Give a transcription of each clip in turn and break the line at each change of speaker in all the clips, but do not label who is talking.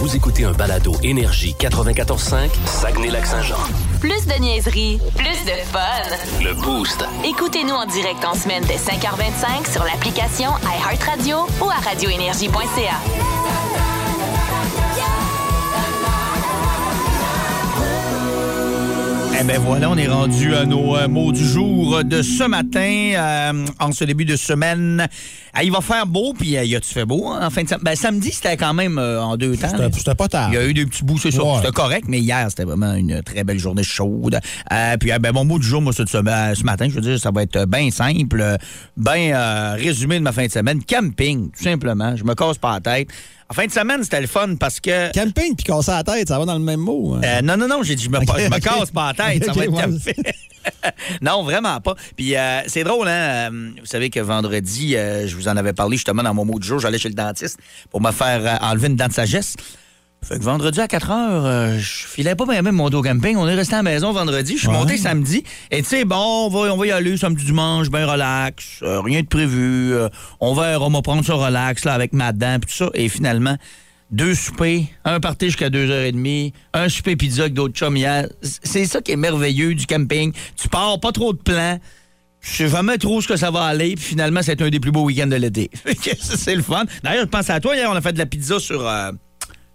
Vous écoutez un balado Énergie 94.5, Saguenay-Lac-Saint-Jean.
Plus de niaiserie, plus de fun.
Le Boost.
Écoutez-nous en direct en semaine dès 5h25 sur l'application iHeartRadio ou à radioénergie.ca.
Eh bien voilà, on est rendu à nos euh, mots du jour de ce matin, euh, en ce début de semaine. Ah, il va faire beau, puis il y a-tu fait beau hein, en fin de sem- Ben, samedi, c'était quand même euh, en deux temps.
C'était- C'était pas tard.
Il y a eu des petits bouts, c'est sûr.
Ouais.
C'était correct, mais hier, c'était vraiment une très belle journée chaude. Euh, puis, euh, ben, mon mot du jour, moi, c'est de ce, euh, ce matin, je veux dire, ça va être euh, bien simple, bien euh, résumé de ma fin de semaine. Camping, tout simplement. Je me casse pas la tête. En fin de semaine, c'était le fun parce que.
Camping puis casser la tête, ça va dans le même mot. hein.
Euh, non, non, non, j'ai dit, je me,
Ok,
je me
ok.
casse pas la tête, ça
Ok,
va être
ouais.
café. non, vraiment pas. Puis euh, c'est drôle, hein? euh, Vous savez que vendredi, euh, je vous en avais parlé justement dans mon mot du jour, j'allais chez le dentiste pour me faire euh, enlever une dent de sagesse. Fait que vendredi à 4 heures, euh, je filais pas bien même mon dos camping. On est resté à la maison vendredi. Je suis monté samedi. Et tu sais, bon, on va, on va y aller samedi, dimanche, bien relax. euh, rien de prévu. euh, on verra, on va prendre ça relax là, avec ma dent, puis tout ça. Et finalement, deux soupers, un party jusqu'à 2h30, un souper pizza avec d'autres chums hier. C- C'est ça qui est merveilleux du camping. Tu pars, pas trop de plans. Je sais jamais trop ce que ça va aller. Puis finalement, c'est un des plus beaux week-ends de l'été. Fait que ça, c'est le fun. D'ailleurs, je pense à toi. Hier, on a fait de la pizza sur, euh,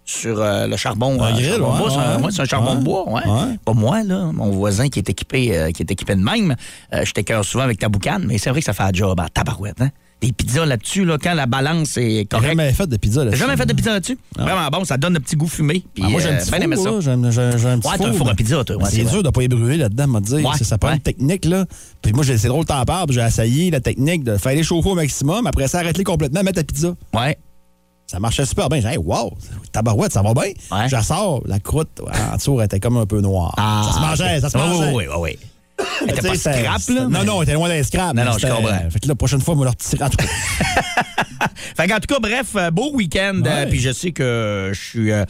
sur euh, le charbon.
Un
euh,
grill,
charbon de
ouais,
bois. C'est un-
ouais.
ouais, c'est un charbon de
Ouais.
bois. ouais.
Ouais.
Pas moi, là. Mon voisin qui est équipé, euh, qui est équipé de même. Euh, je t'écœure souvent avec ta boucane, mais c'est vrai que ça fait un job à tabarouette. Hein? Des pizzas là-dessus, là, quand la balance est
J'ai
correcte.
jamais fait de pizza là
T'as jamais fait de pizza là-dessus? Vraiment bon, ça donne le petit goût fumé. Puis,
Ah, moi, j'ai un
euh,
petit
ben aimé
four,
ça.
là. J'ai un- j'ai un- j'ai un petit
Ouais, t'as un
four,
four à
mais-
pizza, toi. Ouais,
mais
c'est
c'est
vrai.
dur de pas y brûler là-dedans, m'a dire.
Ouais,
C'est- ça prend
ouais.
une technique, là. Puis moi, j'ai- c'est drôle, t'en parles, puis j'ai essayé la technique de faire les chauffer au maximum, après ça, arrête-les complètement, mettre la pizza.
Ouais.
Ça marchait super bien. J'ai dit, hey, wow, tabarouette, ça va bien.
Ouais. Ah,
Je la sors, la croûte en dessous elle était comme un peu noire. ça se mangeait, ça se
Oui,
mangeait.
Oui, oui, oui. oui. Elle était
Tu
pas
sais, c'était-
scrap,
c'était-
là.
Non,
mais-
non, elle était loin d'un scrap.
Non,
mais
non, je
c'était-
comprends.
Fait que là, la prochaine fois, on va leur retirer. En tout cas,
Fait qu'en tout cas, bref, euh, beau week-end.
Ouais.
euh, Puis je sais que je suis euh,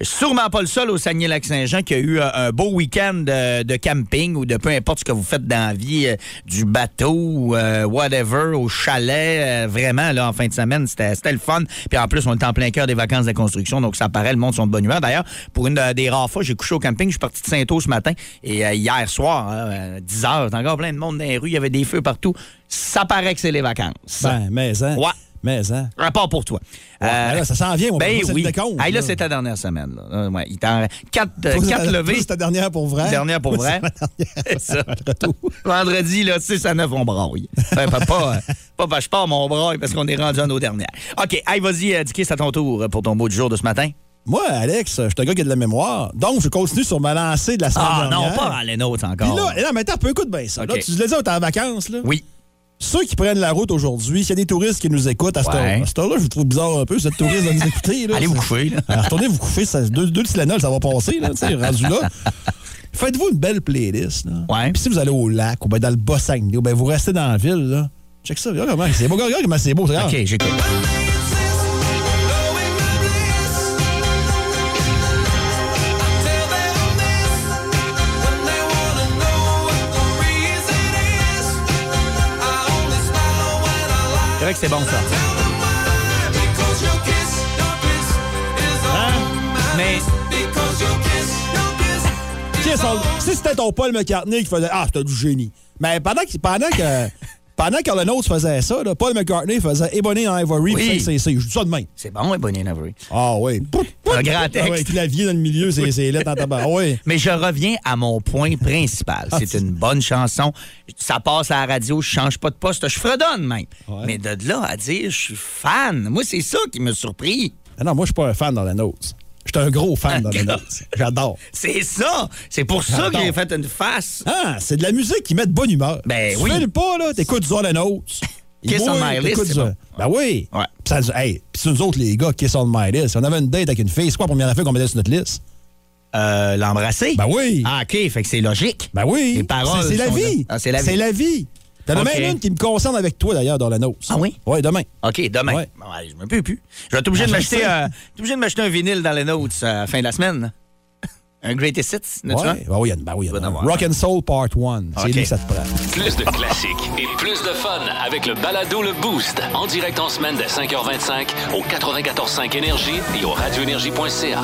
sûrement pas le seul au Saguenay-Lac-Saint-Jean qui a eu euh, un beau week-end euh, de camping ou de peu importe ce que vous faites dans la vie, euh, du bateau, ou, euh, whatever, au chalet. euh, vraiment, là, en fin de semaine, c'était c'était le fun. Puis en plus, on est en plein cœur des vacances de construction, donc ça paraît, le monde sont de bonne humeur. D'ailleurs, pour une euh, des rares fois, j'ai couché au camping, je suis parti de Saint-Eau ce matin et euh, hier soir, hein, euh, 10 heures, t'as encore plein de monde dans les rues, il y avait des feux partout. Ça paraît que c'est les vacances.
ben, mais, hein.
Ouais.
Mais, hein.
Rapport pour toi. Euh,
là, ça s'en vient, moi.
ben
Moi, c'est
oui.
le décompte,
Hey, là,
là.
c'est ta dernière semaine. Là. Euh, ouais, il t'en- quatre, euh,
Toi,
quatre
c'est ta-
levées.
toi, c'est ta dernière pour vrai.
Dernière pour
Moi,
vrai.
c'est ma dernière.
C'est ça. Vendredi, là, 6 à 9, on braille. Enfin, pas, pas, euh, pas, pas- je pars, mais on braille parce qu'on est rendu à nos dernières. OK, hey, vas-y, euh, Dicky, c'est à ton tour euh, pour ton mot du jour de ce matin.
Moi, Alex, je suis un gars qui a de la mémoire. Donc, je continue sur ma lancée de la semaine
Ah,
dernière.
non, pas à les nôtres
Puis
encore.
là, et là, maintenant, un peu écoute bien ça.
OK.
Là, tu l'as dit, on était en vacances. Là.
oui.
Ceux qui prennent la route aujourd'hui, s'il y a des touristes qui nous écoutent à cette
Ouais.
heure-là, à cette heure-là, je vous trouve bizarre un peu, cette touriste de nous écouter. Là,
Allez vous
C'est-
coucher, là.
Alors, retournez vous coucher, ça, deux, deux Tylenol, ça va passer, là, tu sais, rendu là. Faites-vous une belle playlist. Là.
Ouais.
Puis si vous allez au lac, ou bien dans le Bas-Saguenay, ou bien vous restez dans la ville, là. check ça, regarde comment c'est beau, regarde comment c'est beau. regarde.
OK, j'écoute. C'est vrai que c'est bon, ça. Mais
Tiens, ça- si c'était ton Paul McCartney qui faisait Ah, c'était du génie. Mais pendant que pendant que pendant que le nôtre faisait ça, là, Paul McCartney faisait Ebony and Ivory,
Oui.
puis c'est c'est- je dis ça de même.
c'est bon, hein, Bonnie and Ivory.
Ah oui.
Un grand texte.
Ah ouais, clavier dans le milieu, c'est c'est lettre en tabac. Ah oui.
Mais je reviens à mon point principal.
Ah,
C'est une bonne chanson. Ça passe à la radio, je change pas de poste, je fredonne même.
Ouais.
Mais de là à dire, je suis fan. Moi, c'est ça qui me surpris.
Ah non, moi je suis pas un fan dans la nose. Je suis un gros fan dans la
gros.
nose. J'adore.
C'est ça. C'est pour ça que
J'adore.
j'ai fait une face.
Ah, c'est de la musique qui met de bonne humeur.
Ben
tu
oui.
fais le pas, là, t'écoutes du All Notes.
Kiss on my list, c'est bon.
Ben oui.
Ouais.
Pis ça, hey, pis c'est nous autres, les gars, Kiss on my list. On avait une date avec une fille. C'est quoi la première affaire qu'on mettait sur notre liste?
Euh, L'embrasser.
Ben oui.
Ah, OK. Fait que c'est logique.
Ben oui.
Les paroles.
C'est c'est la,
sont-
vie.
Ah, c'est la vie.
vie. T'en as
Ok.
même une qui me concerne avec toi, d'ailleurs, dans la nôtre.
Ah oui?
Oui, demain.
OK, demain.
Ouais.
Bon, allez, je me peux plus. Je vais être obligé
Ah,
de
je
m'acheter
sais.
euh, je vais être obligé de m'acheter un vinyle dans les notes à la fin de la semaine. Un Greatest Hits,
Ouais.
n'est-ce pas?
Ben oui, il y en a- ben oui, il y en
Il va
a un.
en avoir.
Rock and Soul Part 1. C'est
Ok.
lui que ça te prend.
Plus de classiques et plus de fun avec le balado Le Boost. En direct en semaine dès 5h25 au 94.5 Énergie et au radioénergie.ca.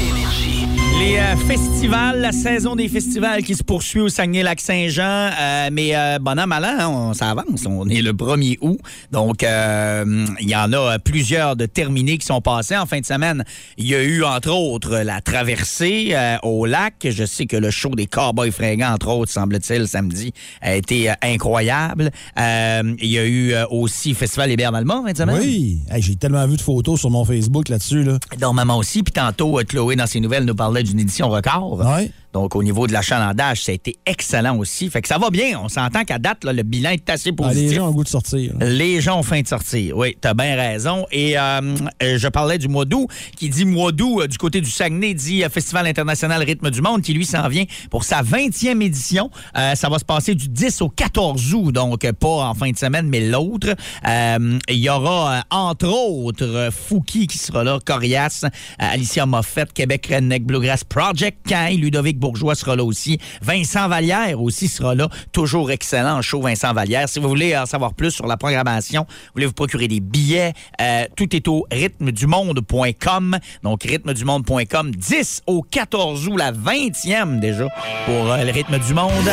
Énergie.
Les euh, festivals, la saison des festivals qui se poursuit au Saguenay-Lac-Saint-Jean. euh, mais euh, bon an, mal an, hein, on, ça avance. On est le 1er août. Donc, euh, il y en a plusieurs de terminés qui sont passés. En fin de semaine, il y a eu, entre autres, la traversée euh, au lac. Je sais que le show des Cowboys fringants, entre autres, semble-t-il, samedi, a été euh, incroyable. Euh, il y a eu euh, aussi Festival hivernal-mort, en fin de semaine.
Oui. Hey, J'ai tellement vu de photos sur mon Facebook là-dessus. Là.
Donc, maman aussi. Puis tantôt, euh, Chloé, dans ses nouvelles, nous parlait d'une édition record.
Ouais.
Donc, au niveau de l'achalandage, ça a été excellent aussi. Fait que ça va bien. On s'entend qu'à date, là, le bilan est assez
Ah, les
positif.
gens ont le goût de sortir. là.
Les gens ont faim de sortir. Oui, t'as bien raison. Et euh, euh, je parlais du mois d'août, qui dit mois d'août euh, du côté du Saguenay, dit euh, Festival international Rythme du Monde, qui lui s'en vient pour sa 20e édition. Euh, ça va se passer du 10 au 14 août, donc euh, pas en fin de semaine, mais l'autre. Euh, Il y aura, euh, entre autres, euh, Fouki qui sera là, Corias, euh, Alicia Moffett, Québec Redneck Bluegrass Project, Cain, Ludovic Bourgeois sera là aussi, Vincent Vallière aussi sera là, toujours excellent en show Vincent Vallière. Si vous voulez en savoir plus sur la programmation, vous voulez vous procurer des billets, euh, tout est au rythmedumonde.com, donc rythmedumonde.com, 10 au 14 août, la 20e déjà pour euh, le rythme du monde.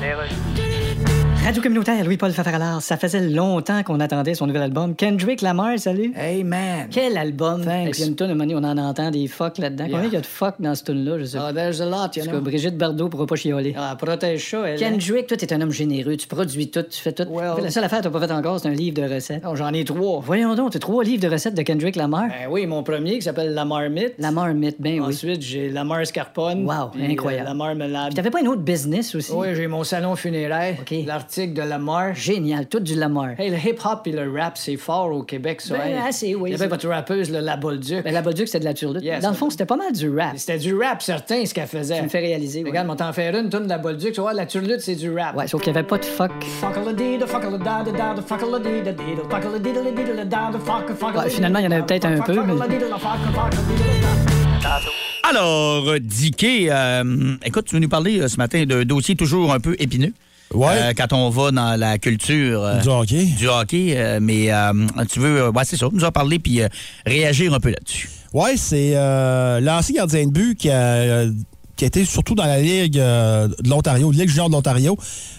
Ben
Radio communautaire, Louis-Paul Fafaralard. Ça faisait longtemps qu'on attendait son nouvel album. Kendrick Lamar, salut.
Hey man.
Quel album.
Thanks.
Et puis, il y a une tonne, on en entend des fuck là-dedans. Combien il y a de fuck dans ce tune là je sais pas.
Oh, there's a lot, you
Parce que
know.
Brigitte Bardot pourra pas chialer.
Ah, protège ça, elle. hein.
Kendrick, toi, t'es un homme généreux. Tu produis tout, tu fais tout.
Well-
La seule affaire que t'as pas faite encore, c'est un livre de recettes.
Non, j'en ai trois.
Voyons donc, t'as trois livres de recettes de Kendrick Lamar.
Ben oui, mon premier qui s'appelle La Marmite.
La marmite, ben oui.
Ensuite, j'ai La Mar Scarpone.
Wow,
puis,
incroyable.
euh, La Marmelade.
Puis T'avais pas une autre business aussi?
Oui, j'ai mon salon funéraire.
OK.
L'article de La Mar.
Génial, tout du Lamar.
Hey, le hip-hop et le rap, c'est fort au Québec, ça.
Ben,
hey.
assez, oui,
Il y
ça.
avait votre rappeuse, le La Bolduc.
Ben, la Bolduc, c'était de la turlute.
Yes.
Dans le fond, c'était pas mal du rap.
C'était du rap, certain, ce qu'elle faisait.
Tu me fais réaliser, ouais.
Regarde, on t'en faire une, tourne de La Bolduc. Tu vois, la turlute, c'est du rap.
Ouais, sauf qu'il y avait pas de fuck. Ouais, finalement, il y en avait peut-être un peu,
Alors, Dicky, euh, écoute, tu veux nous parler euh, ce matin d'un dossier toujours un peu épineux.
Ouais.
Euh, quand on va dans la culture euh,
Du hockey.
du hockey, euh, mais euh, tu veux, euh, ouais, c'est ça, nous en parler puis euh, réagir un peu là-dessus.
Ouais, c'est euh, l'ancien gardien de but qui a, euh, qui a été surtout dans la Ligue euh, de l'Ontario, Ligue junior de l'Ontario.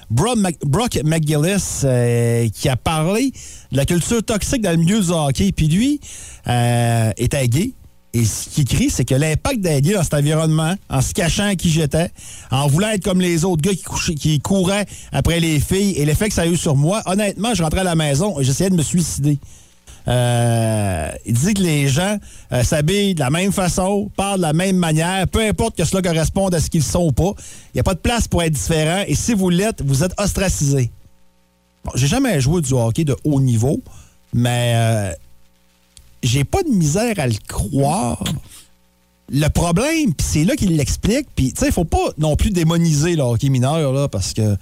Brock, Mac- Brock McGillis, euh, qui a parlé de la culture toxique dans le milieu du hockey. Puis lui euh, était gay. Et ce qu'il crie, c'est que l'impact d'être gay dans cet environnement, en se cachant à qui j'étais, en voulant être comme les autres gars qui, couchaient- qui couraient après les filles, et l'effet que ça a eu sur moi, honnêtement, je rentrais à la maison et j'essayais de me suicider. Euh, il dit que les gens euh, s'habillent de la même façon, parlent de la même manière, peu importe que cela corresponde à ce qu'ils sont ou pas. Il n'y a pas de place pour être différent et si vous l'êtes, vous êtes ostracisé. Bon, j'ai jamais joué du hockey de haut niveau, mais euh, j'ai pas de misère à le croire. Le problème, puis c'est là qu'il l'explique, puis tu sais, faut pas non plus démoniser le hockey mineur, là, parce que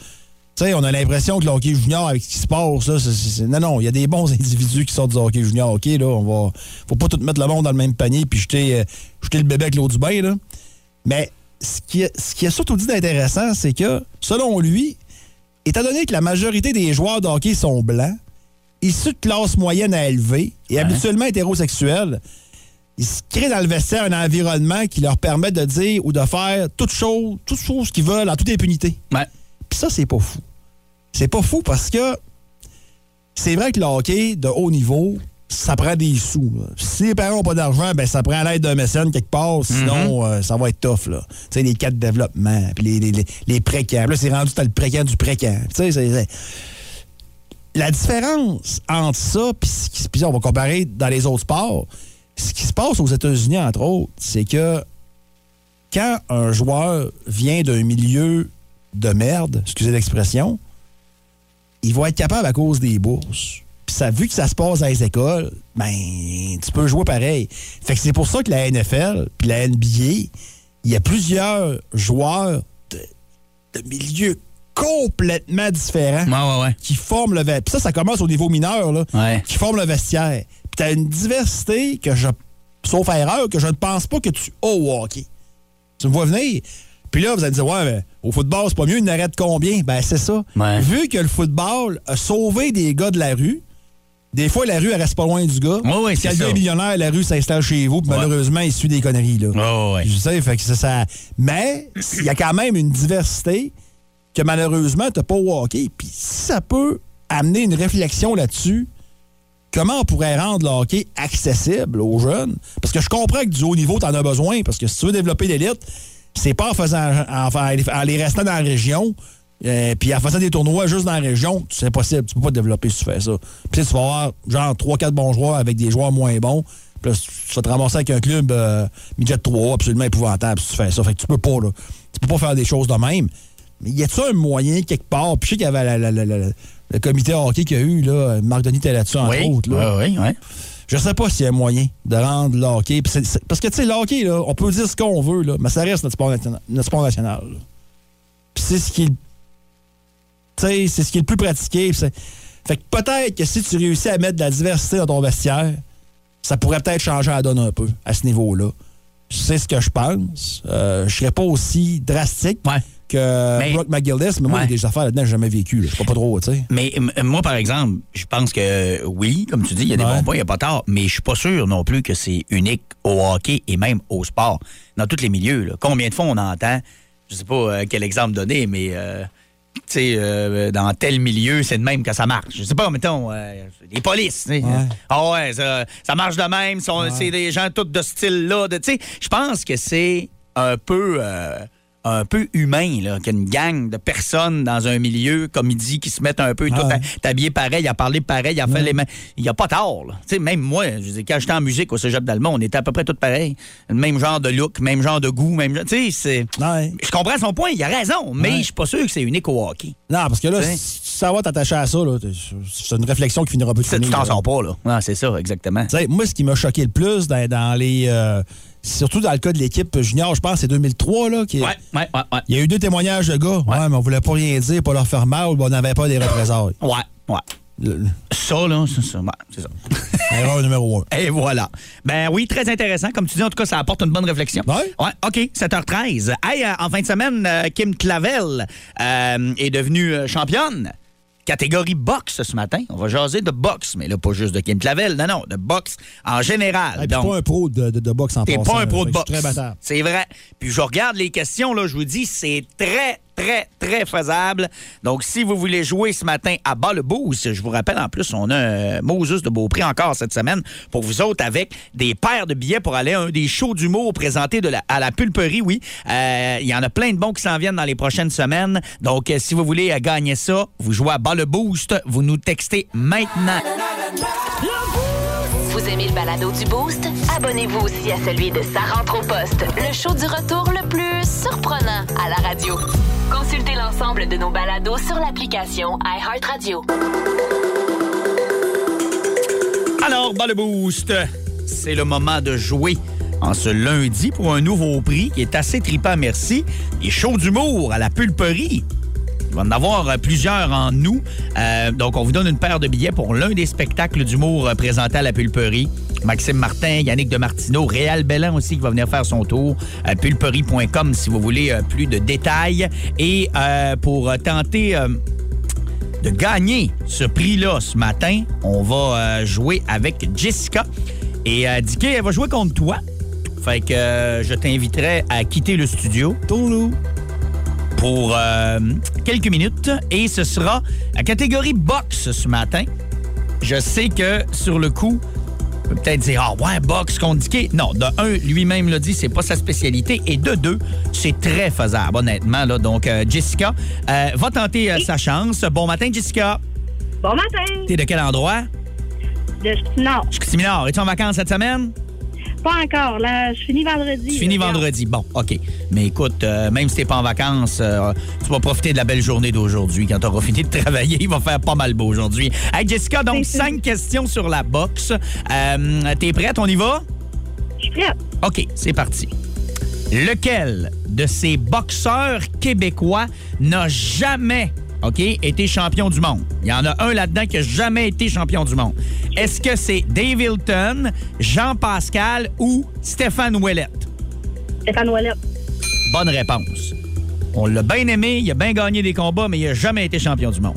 tu sais, on a l'impression que le hockey junior, avec ce qui se passe, là, c'est- c'est- c'est- non, non, il y a des bons individus qui sortent du hockey junior. OK, là, on va. Faut pas tout mettre le monde dans le même panier puis jeter, euh, jeter le bébé avec l'eau du bain, là. Mais ce qui, est- ce qui est surtout dit d'intéressant, c'est que, selon lui, étant donné que la majorité des joueurs de hockey sont blancs, issus de classe moyenne à élevée et habituellement hétérosexuels, ils se créent dans le vestiaire un environnement qui leur permet de dire ou de faire toute chose, toute chose qu'ils veulent en toute impunité.
Ouais.
Puis ça, c'est pas fou. C'est pas fou parce que c'est vrai que le hockey de haut niveau, ça prend des sous. là. Si les parents n'ont pas d'argent, ben ça prend l'aide d'un mécène quelque part, sinon euh, ça va être tough. là. Tu sais, les cas de développement, puis les, les, les, les précamps. Puis Là, c'est rendu dans le précamp du précamp. Tu sais, c'est- c'est- la différence entre ça puis ce qui se- puis on va comparer dans les autres sports, ce qui se passe aux États-Unis, entre autres, c'est que quand un joueur vient d'un milieu de merde, excusez l'expression, il va être capable à cause des bourses. Puis ça, vu que ça se passe dans les écoles, ben, tu peux jouer pareil. Fait que c'est pour ça que la NFL puis la NBA, il y a plusieurs joueurs de, de milieux complètement différents
ouais, ouais.
qui forment le vestiaire. ça, ça commence au niveau mineur, là,
Ouais.
qui forment le vestiaire. Puis t'as une diversité que je, sauf erreur, que je ne pense pas que tu as au hockey. Tu me vois venir. Puis là, vous allez me dire, ouais, mais au football, c'est pas mieux, une arrête combien? Ben, c'est ça.
Ouais.
Vu que le football a sauvé des gars de la rue, des fois, la rue, elle reste pas loin du gars.
Ouais, ouais,
Puis
c'est
quand le
ça.
gars est millionnaire, la rue s'installe chez vous, puis
Ouais.
malheureusement, il suit des conneries, là.
Ouais, ouais.
Je sais, fait que ça, ça- Mais, il y a quand même une diversité que malheureusement, t'as pas au hockey. Puis si ça peut amener une réflexion là-dessus, comment on pourrait rendre le hockey accessible aux jeunes? Parce que je comprends que du haut niveau, t'en as besoin, parce que si tu veux développer l'élite, c'est pas en faisant en, en- en les restant dans la région. euh, puis en faisant des tournois juste dans la région, c'est impossible. Tu peux pas te développer si tu fais ça. Puis tu vas avoir genre 3-4 bons joueurs avec des joueurs moins bons. Puis là, tu vas te ramasser avec un club euh, midget 3 absolument épouvantable si tu fais ça. Fait que tu peux pas, là. Tu peux pas faire des choses de même. Mais y a-tu un moyen quelque part? Puis je sais qu'il y avait la- la- la- la- le comité hockey qu'il y a eu, là, Marc Denis était là-dessus, entre autres. Là.
oui, oui.
Je sais pas s'il y a moyen de rendre le hockey. Puis c'est- c'est- parce que, tu sais, le hockey, là, on peut dire ce qu'on veut, là, mais ça reste notre sport, nationa- notre sport national. là. Puis c'est ce qui est le- tu sais, c'est ce qui est le plus pratiqué. puis c'est- Fait que peut-être que si tu réussis à mettre de la diversité dans ton vestiaire, ça pourrait peut-être changer la donne un peu à ce niveau-là. C'est ce que je pense. Euh, je serais pas aussi drastique
Ouais.
que
Mais-
Brock McGillis, mais moi,
Ouais.
il y a des affaires là-dedans que j'ai jamais vécues. là. Je ne pas trop, tu sais.
Mais m- moi, par exemple, je pense que euh, oui, comme tu dis, il y a des
Ouais.
bons points, il n'y a pas tard, mais je suis pas sûr non plus que c'est unique au hockey et même au sport, dans tous les milieux. là. Combien de fois on entend, je sais pas euh, quel exemple donner, mais euh, tu sais, euh, dans tel milieu, c'est de même que ça marche. Je sais pas, mettons, euh, les polices. tu sais. Ah ouais, ça, ça marche de même, sont- c'est des gens tous de ce style-là. de- tu sais, Je pense que c'est un peu... euh, un peu humain, là, qu'une gang de personnes dans un milieu, comme il dit, qui se mettent un peu tout
ouais.
à- t'habiller pareil, à parler pareil, à faire les mains. Il n'y a pas tort, là. Tu sais, même moi, je veux dire, quand j'étais en musique au Cégep d'Allemand, on était à peu près tous pareils. Le même genre de look, même genre de goût, même genre- Tu sais, c'est...
Ouais.
Je comprends son point, il a raison, mais
Ouais.
je suis pas sûr que c'est unique au hockey.
Non, parce que là,
T'sais.
si tu savoir t'attacher à ça, là, t'es- c'est une réflexion qui finira plus de
Ça, tu
finir,
t'en
là.
sors pas, là. Non, c'est ça, exactement.
Tu sais, moi, ce qui m'a choqué le plus dans, dans les. euh, surtout dans le cas de l'équipe junior, je pense, c'est 2003, là. Qui,
Ouais, ouais, ouais, ouais.
Il y a eu deux témoignages de gars. Ouais, mais on voulait pas rien dire, pas leur faire mal, mais on n'avait pas des représailles.
Ouais, ouais.
Le-
Ça, là, c'est ça. Ouais, c'est ça.
Erreur numéro un.
Et voilà. Ben oui, très intéressant. Comme tu dis, en tout cas, ça apporte une bonne réflexion.
Ouais.
OK, 7h13. Hey, euh, en fin de semaine, euh, Kim Clavel euh, est devenue euh, championne. Catégorie boxe ce matin. On va jaser de boxe, mais là, pas juste de Kim Clavel. Non, non, de boxe en général.
Hey, Ah, puis
Donc,
pas un pro de, de- de boxe en
T'es
passant,
pas un pro de
là, fait
boxe.
que je suis Très battable.
C'est vrai. Puis je regarde les questions, là, je vous dis, c'est très, très, très faisable. Donc, si vous voulez jouer ce matin à bas le boost, je vous rappelle, en plus, on a euh, Moses de Beaupré encore cette semaine pour vous autres avec des paires de billets pour aller à un des shows d'humour présentés de la- à la pulperie, oui. Euh, Il y en a plein de bons qui s'en viennent dans les prochaines semaines. Donc, euh, si vous voulez euh, gagner ça, vous jouez à bas le boost, vous nous textez maintenant.
Vous aimez le balado du Boost? Abonnez-vous aussi à celui de Sa rentre au poste, le show du retour le plus surprenant à la radio. Consultez l'ensemble de nos balados sur l'application iHeartRadio.
Alors, bas le boost, c'est le moment de jouer en ce lundi pour un nouveau prix qui est assez tripant, merci. Et chaud d'humour à la pulperie. Il va en avoir euh, plusieurs en nous. Euh, donc, on vous donne une paire de billets pour l'un des spectacles d'humour euh, présentés à la pulperie. Maxime Martin, Yannick Demartino, Réal Bellan aussi qui va venir faire son tour. Euh, pulperie.com si vous voulez euh, plus de détails. Et euh, pour euh, tenter... euh, de gagner ce prix-là ce matin. On va euh, jouer avec Jessica. Et euh, Dicky, elle va jouer contre toi. Fait que euh, je t'inviterai à quitter le studio
Tourlou.
pour euh, quelques minutes. Et ce sera la catégorie boxe ce matin. Je sais que sur le coup, on peut peut-être dire Ah ouais, boxe contre Dicky. Non, de un, lui-même l'a dit, c'est pas sa spécialité. Et de deux, c'est très faisable, honnêtement. Là. Donc, euh, Jessica euh, va tenter euh, sa chance. Bon matin, Jessica.
Bon matin!
T'es de quel endroit?
De- Non,
Minard, es-tu en vacances cette semaine?
pas encore. Là, je finis vendredi.
Tu finis
Regarde.
vendredi. Bon, OK. Mais écoute, euh, même si t'es pas en vacances, euh, tu vas profiter de la belle journée d'aujourd'hui. Quand t'auras fini de travailler, il va faire pas mal beau aujourd'hui. Hey, Jessica, donc
C'est sûr.
cinq questions sur la boxe. Euh, t'es prête? On y va?
Je suis prête.
OK, c'est parti. Lequel de ces boxeurs québécois n'a jamais, OK, été champion du monde? Il y en a un là-dedans qui n'a jamais été champion du monde. Est-ce que c'est Dave Hilton, Jean Pascal ou Stéphane Ouellette?
Stéphane Ouellet.
Bonne réponse. On l'a bien aimé, il a bien gagné des combats, mais il n'a jamais été champion du monde.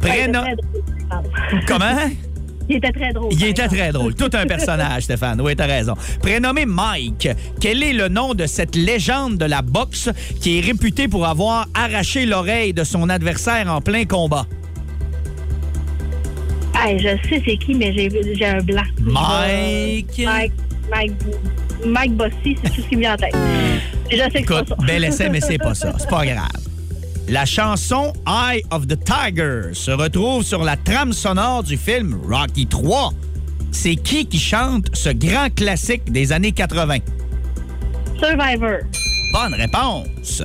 Prénom.
Il était très drôle, par exemple.
Comment?
Il était très drôle.
Il
par
était
exemple.
très drôle. Tout un personnage, Stéphane. Oui, t'as raison. Prénommé Mike, quel est le nom de cette légende de la boxe qui est réputée pour avoir arraché l'oreille de son adversaire en plein combat?
Hey, je sais c'est qui, mais j'ai j'ai un blanc.
Mike.
Mike. Mike. Mike Bossy, c'est tout ce qui me vient en tête. Je sais que c'est pas
Écoute,
ça.
bel essai, mais c'est pas ça. C'est pas grave. La chanson Eye of the Tiger se retrouve sur la trame sonore du film Rocky 3. C'est qui qui chante ce grand classique des années 80?
Survivor.
Bonne réponse.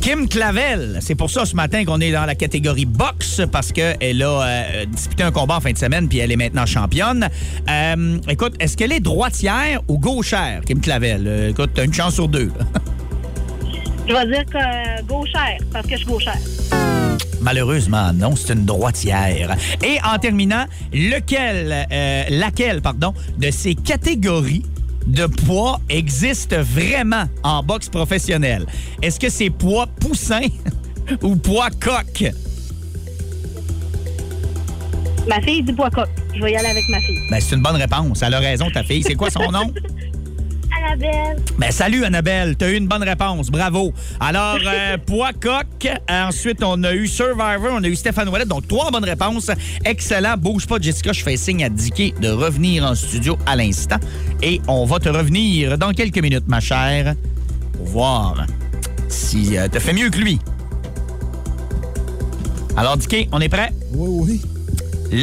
Kim Clavel, c'est pour ça ce matin qu'on est dans la catégorie boxe parce qu'elle a euh, disputé un combat en fin de semaine puis elle est maintenant championne. Euh, écoute, est-ce qu'elle est droitière ou gauchère, Kim Clavel? Euh, écoute, t'as une chance sur deux. là.
Je vais dire que gauchère, parce que je suis gauchère.
Malheureusement, non, c'est une droitière. Et en terminant, lequel, euh, laquelle, pardon, de ces catégories de poids existe vraiment en boxe professionnelle? Est-ce que c'est poids poussin ou poids coq?
Ma fille dit bois coq. Je vais y aller avec ma fille.
Ben, c'est une bonne réponse. Elle a raison, ta fille. C'est quoi son nom?
À la belle.
Ben, salut, Annabelle. T'as eu une bonne réponse. Bravo. Alors, euh, poids coq. Ensuite, on a eu Survivor. On a eu Stéphane Ouellet. Donc, trois bonnes réponses. Excellent. Bouge pas, Jessica. Je fais signe à Dicky de revenir en studio à l'instant. Et on va te revenir dans quelques minutes, ma chère, pour voir si euh, t'as fait mieux que lui. Alors, Dicky, on est prêt?
Oui, oui.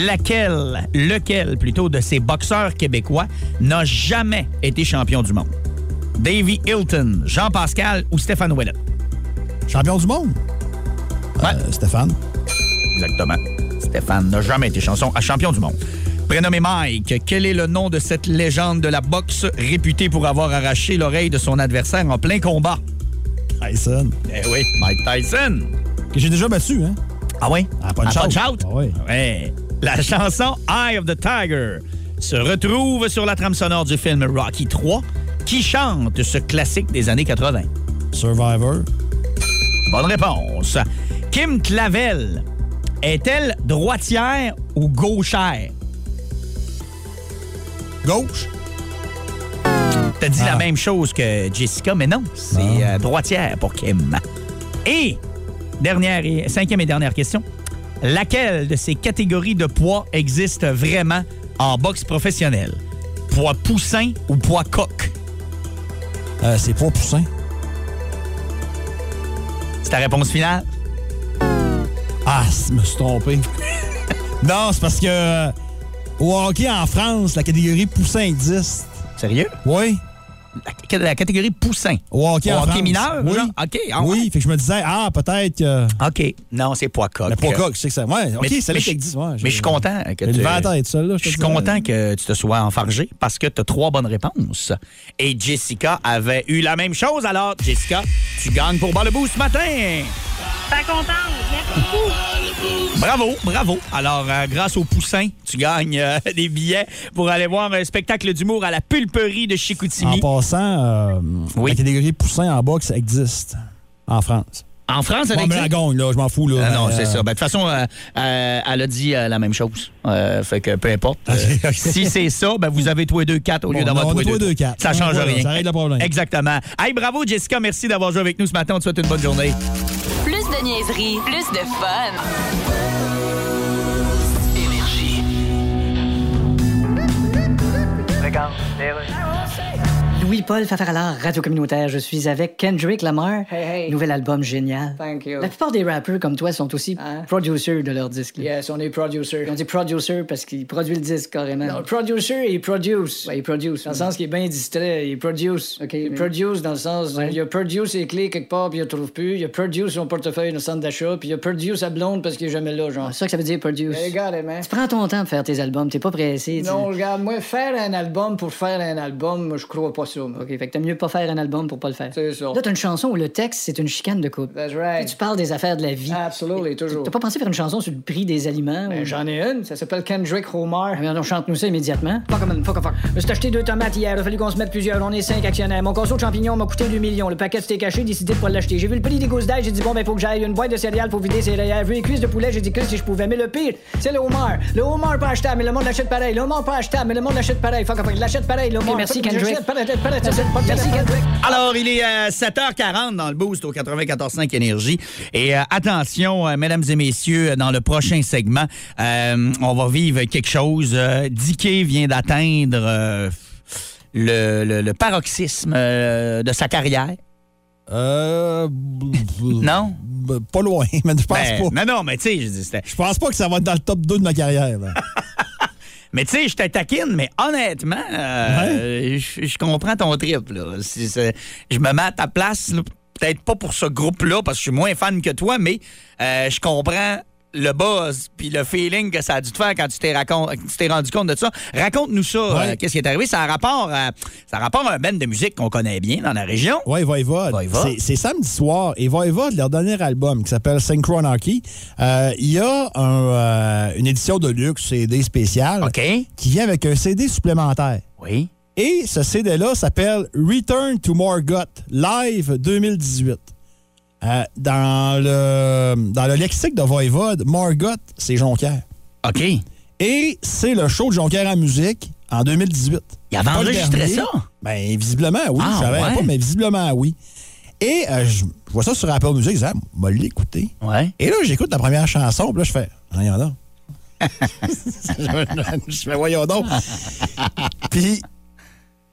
Laquelle, lequel plutôt de ces boxeurs québécois n'a jamais été champion du monde? Davy Hilton, Jean Pascal ou Stéphane Ouellet?
Champion du monde.
Ouais.
Euh, Stéphane.
Exactement. Stéphane n'a jamais été chanson à champion du monde. Prénommé Mike, quel est le nom de cette légende de la boxe réputée pour avoir arraché l'oreille de son adversaire en plein combat?
Tyson.
Eh oui, Mike Tyson.
Que j'ai déjà battu, hein?
Ah oui?
À Punch
À
Out. Ah oui.
Ouais. La chanson Eye of the Tiger se retrouve sur la trame sonore du film Rocky 3 qui chante ce classique des années 80.
Survivor.
Bonne réponse. Kim Clavel est-elle droitière ou gauchère?
Gauche.
T'as dit la
Ah.
même chose que Jessica, mais non, c'est
Ah.
euh, droitière pour Kim. Et dernière et cinquième et dernière question. Laquelle de ces catégories de poids existe vraiment en boxe professionnelle? Poids poussin ou poids coq?
Euh, c'est poids poussin.
C'est ta réponse finale?
Ah, je me suis trompé. non, c'est parce que euh, au hockey en France, la catégorie poussin existe.
Sérieux?
Oui.
La, la catégorie poussin.
Au hockey
Au
en
hockey
France.
mineur,
Oui.
genre? OK, ah
oui,
ouais.
fait que je me disais, ah, peut-être. euh,
OK. Non, c'est poids coq.
Mais pas coq, je sais que ça. Ouais,
Mais-
ok, c'est là
mais
qui
je-
existe. Ouais,
Mais je suis content que
J'ai
tu.
levé la tête, celle-là, je te
Je suis
dirais.
content que tu te sois enfargé parce que tu as trois bonnes réponses. Et Jessica avait eu la même chose. Alors, Jessica, tu gagnes pour bas le bout ce matin.
Pas contente. Merci beaucoup.
Bravo, bravo. Alors, euh, grâce au poussin, tu gagnes euh, des billets pour aller voir un spectacle d'humour à la pulperie de
En
Chicoutimi.
passant, euh,
Oui.
la catégorie poussin en boxe existe en France.
En France,
Bon,
avec
mais la gagne, là, je m'en fous. Là,
Ah non,
mais,
c'est
euh,
ça. Ben, De toute façon, euh, euh, elle a dit euh, la même chose. Euh, fait que peu importe. Euh, si c'est ça, ben, vous avez tous les deux quatre au lieu
Bon,
d'avoir
on a
tous les
tous
deux.
les deux quatre.
Ça change
Voilà,
rien.
ça règle le problème.
Exactement. Hey, bravo Jessica, merci d'avoir joué avec nous ce matin. On te souhaite une bonne journée.
Plus de niaiserie, plus de fun.
Louis-Paul Fafaralard, Radio Communautaire. Je suis avec Kendrick Lamar.
Hey, hey.
Nouvel album génial.
Thank you.
La plupart des rappeurs comme toi sont aussi
Hein?
producers de leurs disques. là.
Yes, on est producer.
On dit producer parce qu'il produit le disque carrément.
Non, producer, il produce. Ouais, il produce. Dans le sens qu'il est bien distrait, il produce.
OK,
il
mais-
produce dans le sens. Il a produce ses clés quelque part, puis il ne trouve plus. Il a produce son portefeuille dans le centre d'achat, puis il a produce sa blonde parce qu'il est jamais là, genre.
Ah, C'est ça que ça veut dire produce.
Hey, Regarde, man.
Tu prends ton temps pour faire tes albums, t'es pas pressé. tu-
Non, regarde, moi, faire un album pour faire un album, moi, je crois pas ça, man. album. OK, fait que t'aimes mieux pas faire un album pour pas le faire.
C'est ça.
Là, t'as une chanson où le texte, c'est une chicane de couple.
That's
Puis
right.
Tu parles des affaires de la vie.
Absolutely, toujours.
T'as pas pensé faire une chanson sur le prix des aliments?
Ben,
ou-
J'en ai une, ça s'appelle Kendrick Homer.
Ah, mais on chante-nous ça immédiatement. Fuck comme fuck fuck. Je me suis acheté deux tomates hier, il a fallu qu'on se mette plusieurs, on est cinq actionnaires. Mon conso de champignons m'a coûté 2 millions. Le paquet c'était caché, décidé de pas l'acheter. J'ai vu le prix des gousses d'ail, j'ai dit bon ben faut que j'aille une boîte de céréales pour vider ses rayères. Vu les cuisses de poulet, j'ai dit que si je pouvais. Mais le pire, c'est le homard. Le homard pas achetable, mais le monde l'achète pareil. Le homard pas achetable, mais le monde l'achète pareil. Fuck fuck, il l'achète pareil. Le homard.
merci,
Fuck,
Kendrick.
l'achète pareil, l'achète pareil, l'achète pareil. Merci Kendrick.
Alors, il est euh, 7h40 dans le boost au 94.5 Énergie. Et euh, attention, euh, mesdames et messieurs, euh, dans le prochain segment, euh, on va vivre quelque chose. Euh, Dicky vient d'atteindre euh, le, le- le paroxysme euh, de sa carrière.
Euh.
Non?
b- Pas loin, mais je pense
Ben,
pas.
Non, non, mais tu sais, je dis, c'était-
Je pense pas que ça va être dans le top 2 de ma carrière. là.
Mais tu sais, je te taquine, mais honnêtement, euh, je je comprends ton trip. Là. Si c'est- je me mets à ta place, là, peut-être pas pour ce groupe-là, parce que je suis moins fan que toi, mais euh, je comprends le buzz puis le feeling que ça a dû te faire quand tu t'es, racon- tu t'es rendu compte de ça. Raconte-nous ça.
Ouais.
euh, qu'est-ce qui est arrivé? Ça a rapport à, ça a rapport à un band de musique qu'on connaît bien dans la région.
Ouais, Voivode.
Voivode.
C'est- C'est samedi soir. Et Voivode, leur dernier album qui s'appelle Synchronarchy, euh, il y a un, euh, une édition de luxe, CD spécial,
OK?
qui vient avec un CD supplémentaire.
Oui.
Et ce CD-là s'appelle Return to Morgoth, live 2018. Euh, dans, le, dans le lexique de Voivode, Morgoth, c'est Jonquière.
OK. Il
Et c'est le show de Jonquière en musique en 2018.
avait
Pas le
enregistré
dernier.
ça.
Ben, visiblement, oui.
Ah,
je savais
ouais.
pas, mais visiblement, oui. Et euh, je je vois ça sur Apple Music, je dis, ah, m'a l'écouter.
Ouais.
Et là, j'écoute la première chanson, puis là, je fais, voyons donc. je je fais, voyons donc. puis,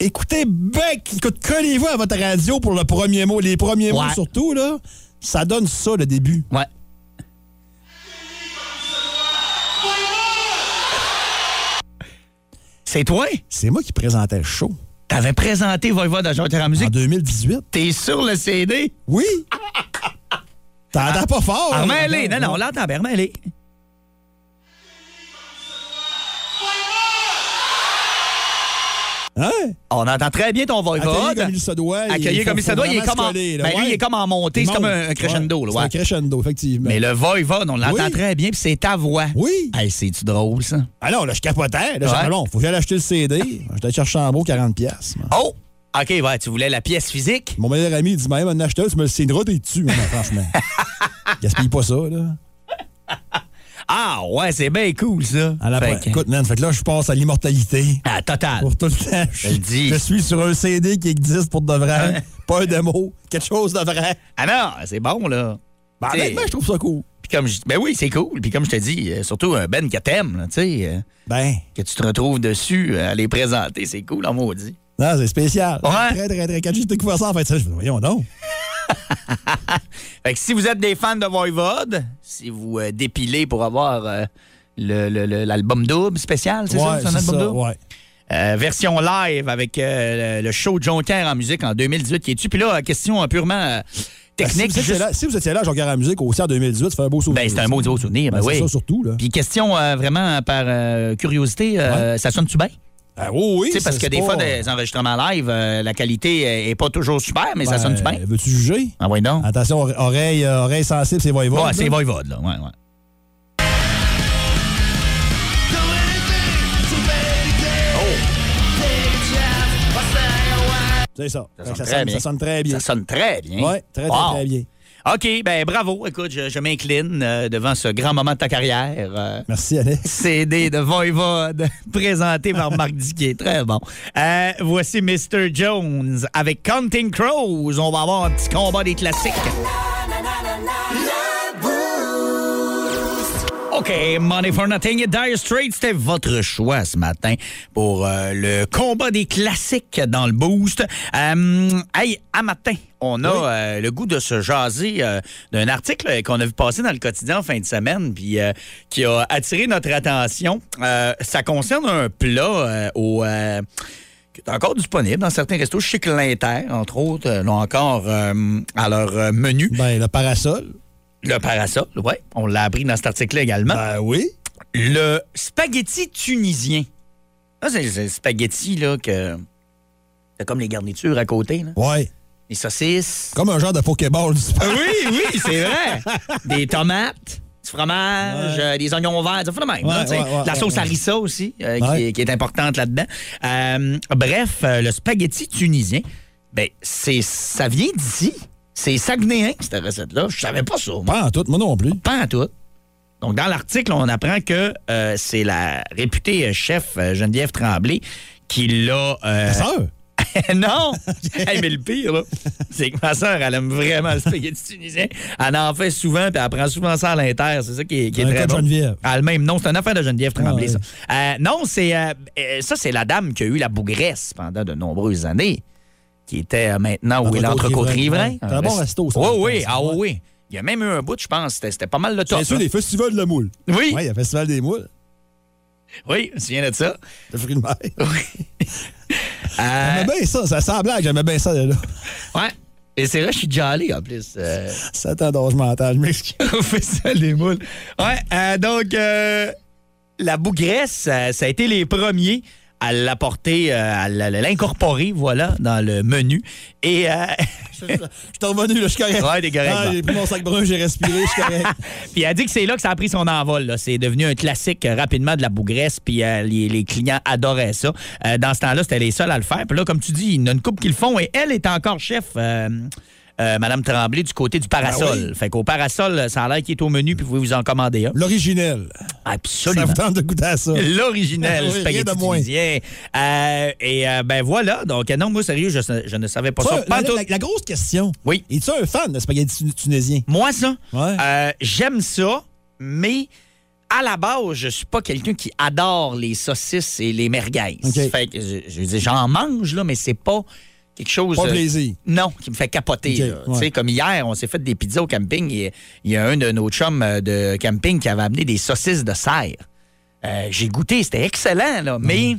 écoutez, bec, écoute, collez-vous à votre radio pour le premier mot, les premiers
Ouais.
mots surtout, là. Ça donne ça, le début.
Ouais. C'est toi?
C'est moi qui présentais le show
T'avais présenté Voivode à Jean-Pierre
en
Musique.
2018.
T'es sur le CD?
Oui! T'entends pas fort! hein?
Remets-les. Ah, Non, non, on l'entend bien. Remets-les.
Hein?
On entend très bien ton
Accueilli
Voivode.
Ah, comme il se doit.
Accueilli
faut-
comme il se
faut
doit. Il est
vraiment
comme
se
en,
coller, là.
ben, lui,
Ouais.
il est comme en montée. C'est
Il
comme
monte.
un, un crescendo. là,
C'est
ouais.
un crescendo, effectivement.
Mais le Voivode, on l'entend
Oui.
très bien. Puis c'est ta voix.
Oui.
Hey, c'est-tu drôle, ça?
Alors, là, je capotais. Là, j'ai
Ouais.
dit, bon, faut que j'aille acheter le CD. Je vais chercher en beau 40$. piastres, moi.
Oh! OK, ouais, tu voulais la pièce physique?
Mon meilleur ami, il dit, même en acheteur, tu me le signeras, t'es dessus, hein, franchement. Gaspille pas ça, là.
Ah, ouais, c'est bien cool, ça.
À la
Fait
fin.
que-
Écoute, man, fait que là, je passe à l'immortalité.
Ah, total.
Pour tout le temps. Je,
Je le dis.
je suis sur un CD qui existe pour de vrai.
Ouais.
Pas un démo. Quelque chose de vrai.
Ah non, c'est bon, là.
Ben,
T'sais.
honnêtement, je trouve ça cool.
Puis comme je, ben oui, c'est cool. Puis comme je te dis, euh, surtout un Ben que t'aimes, là, tu sais, euh,
Ben,
que tu te retrouves dessus euh, à les présenter, c'est cool, en maudit.
non, c'est spécial.
Ouais.
Très, très, très. Quand j'ai découvert ça, en fait, ça, je me dis, voyons donc.
Fait que si vous êtes des fans de Voivode, si vous euh, dépilez pour avoir euh, le- le- le- l'album double spécial, c'est ça,
Ouais,
c'est un
c'est
album
ça,
double?
ouais. Ben,
Euh, version live avec euh, le le show Jonker en musique en 2018 qui est tu Puis là, question euh, purement euh,
Ah,
technique.
Si vous, étiez
juste-
là, si vous étiez là à Jonquière à la musique aussi en 2018, ça fait un beau souvenir.
Ben, c'est un maudit beau souvenir, ben
Ben,
oui.
C'est ça surtout, là.
Puis question euh, vraiment par euh, curiosité, euh, ça sonne-tu bien?
Ah, oui, oui.
Tu sais, parce
ça,
que
c'est
des
pas-
fois, des enregistrements live, euh, la qualité n'est pas toujours super, mais ça
Ben,
sonne du bien.
Veux-tu juger?
Ah ouais, non?
Attention, ore- oreille, euh, oreille sensible, c'est voyvote.
Ouais,
là.
c'est Voivode, là. Ouais, ouais.
C'est ça. Fait que
sonne
Ça,
très
sonne,
bien.
ça sonne très bien.
Ça sonne très bien.
Ouais, très, très,
Wow.
très bien.
OK, ben bravo. Écoute, je, je m'incline euh, devant ce grand moment de ta carrière. euh,
Merci, Alex.
CD de Voivode, présenté par Marc Diquet. Très bon. Euh, voici Mr. Jones avec Counting Crows. On va avoir un petit combat des classiques. OK, Money for Nothing et Dire Straits, c'était votre choix ce matin pour euh, le combat des classiques dans le boost. Euh, hey, à matin, on a euh, le goût de se jaser euh, d'un article qu'on a vu passer dans le quotidien en fin de semaine, puis euh, qui a attiré notre attention. Euh, ça concerne un plat euh, au... euh, qui est encore disponible dans certains restos. Je sais que l'Inter, entre autres, euh, l'ont encore euh, à leur euh, menu.
Ben, le parasol.
Le parasol, oui, on l'a appris dans cet article-là également.
Ben oui.
Le spaghetti tunisien. Ça, c'est c'est le spaghetti, là, que. T'as comme les garnitures à côté, là.
Ouais.
Les saucisses.
Comme un genre de Pokéball du super-
Oui, oui, c'est vrai. Des tomates, du fromage, euh, des oignons verts, ça fait le même.
Ouais,
hein, tu sais.
ouais, ouais,
la
ouais,
sauce
ouais.
harissa aussi, euh, qui,
Ouais.
est, qui est importante là-dedans. Euh, bref, euh, le spaghetti tunisien, ben, c'est, ça vient d'ici. C'est sagnéen, cette recette-là. Je savais pas ça, moi.
Pas en tout, moi non plus.
Pas en tout. Donc, dans l'article, on apprend que euh, c'est la réputée euh, chef euh, Geneviève Tremblay qui l'a... euh,
Ta sœur?
non! Hey, mais le pire, là, c'est que ma soeur, elle aime vraiment le spaghetti tunisien. Elle en fait souvent, puis elle prend souvent ça à l'inter. C'est ça qui est, qui est
Un
très
cas de
bon.
Geneviève.
Elle a le même nom. C'est une affaire de Geneviève Tremblay,
Ah,
ça. Euh, non, c'est. euh, euh, ça, c'est la dame qui a eu la bougresse pendant de nombreuses années, qui était euh, maintenant où est l'entrecôte riverain. ben,
C'est un bon resto, ça.
Oui, oui, ah oui, oui. Il y a même eu un bout, je pense. C'était c'était pas mal le top.
Bien sûr,
hein.
les festivals de la moule.
Oui,
Ouais, il y a le festival des moules.
oui, je me souviens de ça.
Le fruit de mer.
Euh,
J'aimais bien ça, ça sent blague, j'aimais bien ça, là.
ouais. Et c'est vrai, je suis déjà allé, en plus. euh,
Ça t'endors, je m'entends, je m'excuse.
au festival des moules. Ouais, euh, donc, euh, la bougresse, euh, ça a été les premiers à l'apporter, euh, à l- l'incorporer, voilà, dans le menu. Et euh,
Je suis revenu, là, je suis correct.
Ouais, t'es correct,
Ah,
bon.
j'ai pris mon sac brun, j'ai respiré, je suis correct.
puis elle dit que c'est là que ça a pris son envol. là. C'est devenu un classique euh, rapidement de la bougresse, puis euh, les, les clients adoraient ça. Euh, dans ce temps-là, c'était les seuls à le faire. Puis là, comme tu dis, il y en a une couple qui le font, et elle est encore chef. euh, euh, Madame Tremblay du côté du parasol.
Ben
Fait qu'au parasol, ça a l'air qu'il est au menu, puis vous pouvez vous en commander un.
L'originel. Ça
Absolument.
vous tente de goûter à ça.
L'original
Oui, rien
spaghetti
de moins.
tunisien. Euh, et euh, ben voilà, donc non, moi sérieux, je, je ne savais pas ça.
Ça,
Pas
la,
tout.
la- la grosse question.
Oui.
Es-tu un fan de spaghetti tun- tunisien?
Moi ça,
Ouais.
euh, j'aime ça, mais à la base, je suis pas quelqu'un qui adore les saucisses et les merguez.
OK.
Fait que je, je veux dire, j'en mange là, mais c'est pas quelque chose.
Pas
euh,
plaisir.
Non, qui me fait capoter.
OK,
là. Tu sais,
ouais.
Comme hier, on s'est fait des pizzas au camping. et Il y a un de nos chums euh, de camping qui avait amené des saucisses de serre. Euh, J'ai goûté, c'était excellent, là, mais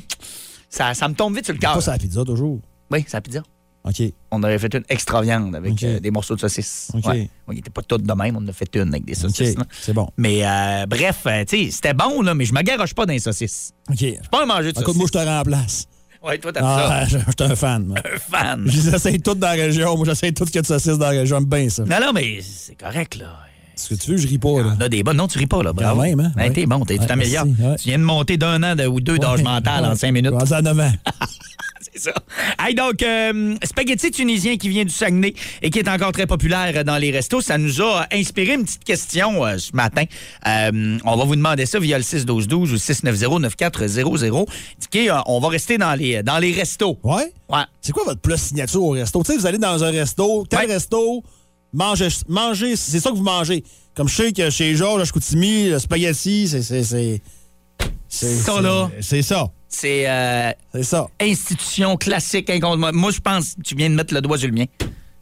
ça, ça me tombe vite sur le cœur.
Mm. Pas sur la pizza, toujours.
Oui, Ah. ça pizza.
OK.
On aurait fait une extra viande avec
OK.
euh, des morceaux de saucisses.
OK.
Ouais. On n'était pas toutes de même, on en a fait une avec des
OK.
saucisses. là.
C'est bon.
Mais euh, bref, euh, tu sais, c'était bon, là, mais je me garoche pas dans les saucisses.
OK.
Pas un manger de
Écoute, moi,
saucisses.
je te remplace.
Ouais, toi, t'as ça.
Ah, je je suis un fan, moi.
Un fan.
Je les essaye toutes dans la région. Moi, j'essaye toutes que de saucisses dans la région. J'aime bien ça.
Non, non, mais c'est correct, là.
Ce que tu veux, je ris pas, là.
On a des bonnes. Non, tu ris pas, là. Bravo.
même, hein?
Hey,
Ouais.
T'es bon, t'es- tu
Ouais,
t'améliores.
merci, ouais.
Tu viens de monter d'un an de- ou deux d'âge mental en cinq minutes.
Rendu à 9 ans.
C'est ça. Hey, donc, euh, spaghetti tunisien qui vient du Saguenay et qui est encore très populaire dans les restos, ça nous a inspiré une petite question euh, ce matin. Euh, on va vous demander ça via le 612-12 ou 690-9400. Indiquez, euh, on va rester dans les, dans les restos.
Ouais?
Ouais.
C'est quoi votre plat signature au resto? Tu sais, vous allez dans un resto, tel
Ouais.
resto, mangez, mangez, c'est ça que vous mangez. Comme je sais que chez Georges, à Chicoutimi, le spaghetti, c'est. c'est- c'est- c'est-
Ça,
c'est-
là.
C'est ça.
C'est euh,
C'est ça.
institution classique. incontournable. Moi, je pense que tu viens de mettre le doigt sur le mien.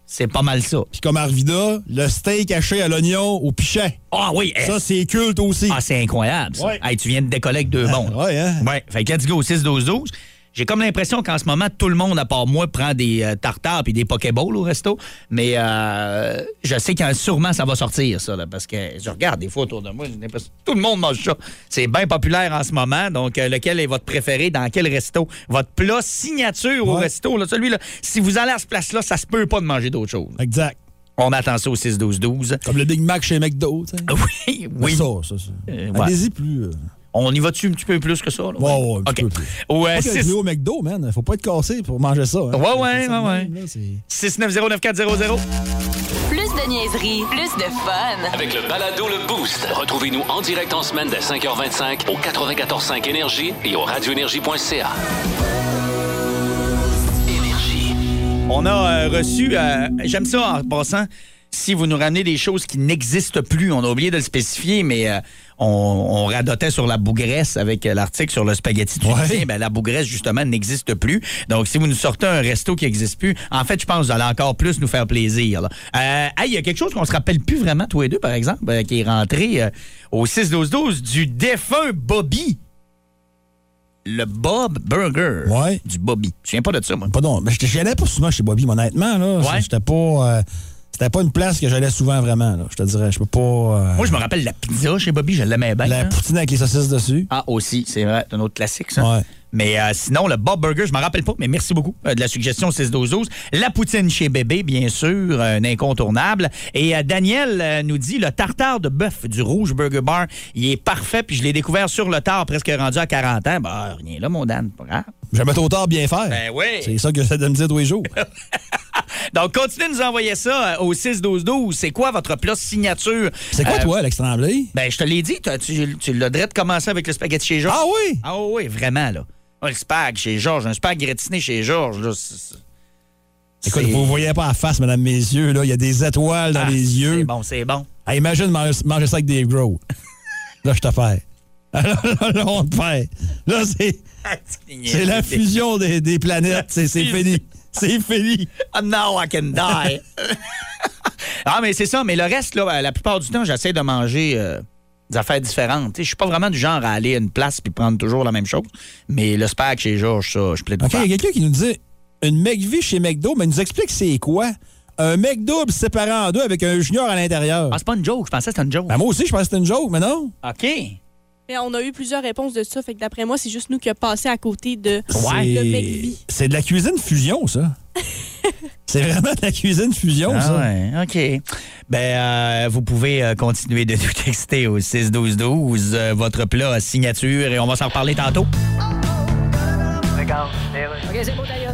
C'est pas mal ça.
Puis comme Arvida, le steak haché à l'oignon au pichet.
Ah oui, eh,
Ça, c'est culte aussi.
Ah, c'est incroyable. ça.
Ouais.
Hey, tu viens de décoller avec deux bons.
Ouais, hein?
Ouais. Fait que let's go, 6-12-12. J'ai comme l'impression qu'en ce moment, tout le monde, à part moi, prend des euh, tartares et des pokéballs au resto. Mais euh, je sais que sûrement ça va sortir, ça, là, parce que je regarde des fois autour de moi, j'ai l'impression que tout le monde mange ça. C'est bien populaire en ce moment. Donc, euh, lequel est votre préféré? Dans quel resto? Votre plat signature au
Ouais.
resto, là, celui-là. Si vous allez à cette place-là, ça se peut pas de manger d'autre chose.
Exact.
On attend ça au 6-12-12.
Comme le Big Mac chez McDo, tu sais.
Oui, Ah oui.
Ça, ça, ça.
Euh, ouais.
Allez-y plus. euh.
On y va-tu un petit peu plus que ça? là?
Ouais, ouais, un
OK.
petit peu plus.
Ouais,
Pas que
six-
le au McDo, man. Faut pas être cassé pour manger ça. hein.
Ouais, ouais,
C'est ça de
ouais,
même, là, c'est-
690-9400.
Plus de niaiserie, plus de fun.
Avec le balado Le Boost, retrouvez-nous en direct en semaine dès 5h25 au 94.5 Énergie et au radioénergie.ca. Énergie.
On a euh, reçu, euh, j'aime ça en passant, si vous nous ramenez des choses qui n'existent plus, on a oublié de le spécifier, mais euh, on, on radotait sur la bougresse avec euh, l'article sur le spaghetti tunisien. Ben, la bougresse, justement, n'existe plus. Donc, si vous nous sortez un resto qui n'existe plus, en fait, je pense que vous allez encore plus nous faire plaisir. là. Euh, hey, il y a quelque chose qu'on se rappelle plus vraiment, tous les deux, par exemple, euh, qui est rentré euh, au 6-12-12 du défunt Bobby. Le Bob Burger
Ouais.
du Bobby. Je ne pas de ça, moi.
Pas donc. mais j'étais- J'allais pas souvent chez Bobby, mais honnêtement. Là,
Ouais.
C'était pas. euh, c'était pas une place que j'allais souvent vraiment. là, je te dirais. Je peux pas. euh,
Moi, je me rappelle la pizza chez Bobby, je l'aimais bien.
la
hein.
poutine avec les saucisses dessus.
Ah, aussi, c'est vrai, c'est un autre classique, ça.
Ouais.
Mais euh, sinon, le Bob Burger, je m'en rappelle pas, mais merci beaucoup euh, de la suggestion 6-12-12. La poutine chez bébé, bien sûr, euh, un incontournable. Et euh, Daniel euh, nous dit le tartare de bœuf du Rouge Burger Bar, il est parfait, puis je l'ai découvert sur le tard, presque rendu à 40 ans. Bah, rien là, mon Dan, pas grave.
Jamais trop tard, bien faire.
Ben oui.
C'est ça que j'essaie de me dire tous les jours.
Donc, continuez de nous envoyer ça euh, au 6-12-12. C'est quoi votre plat signature?
C'est quoi,
Euh,
toi, Alex Tremblay?
Ben, je te l'ai dit, t'as- tu, tu l'as direct commencé avec le spaghetti chez Georges.
Ah oui!
Ah oui, vraiment, là. Ah, le spag chez Georges, un spag gratiné chez Georges, là. c'est- c'est-
Écoute,
c'est-
vous ne voyez pas la face, mesdames, messieurs. Là. Il y a des étoiles dans
Ah,
les
C'est
yeux.
bon, c'est bon.
Hey, imagine manger, manger ça avec des gros. là, je te perds. Là, là, là, on te perd. Là, c'est,
Ah,
c'est la fusion des, des planètes. C'est, c'est fini. C'est fini.
Ah, no, I can die. ah, mais c'est ça. Mais le reste, là, la plupart du temps, j'essaie de manger euh, des affaires différentes. Tu sais, Je suis pas vraiment du genre à aller à une place puis prendre toujours la même chose. Mais le spag chez Georges, ça, je plaide
OK, il y a
pas.
quelqu'un qui nous dit une McVie chez McDo, mais il nous explique c'est quoi. Un McDo séparé en deux avec un junior à l'intérieur.
Ah, c'est pas une joke. Je pensais que c'était une joke.
Ben, moi aussi, je pensais que c'était une joke, mais non.
OK.
Mais on a eu plusieurs réponses de ça. Fait que d'après moi, c'est juste nous qui a passé à côté de le
C'est,
McVie.
c'est de la cuisine fusion, ça. c'est vraiment de la cuisine fusion,
Ah
ça.
ouais, OK. Ben, euh, vous pouvez euh, continuer de nous texter au 6-12-12, euh, votre plat signature, et on va s'en reparler tantôt.
OK, c'est beau, d'ailleurs.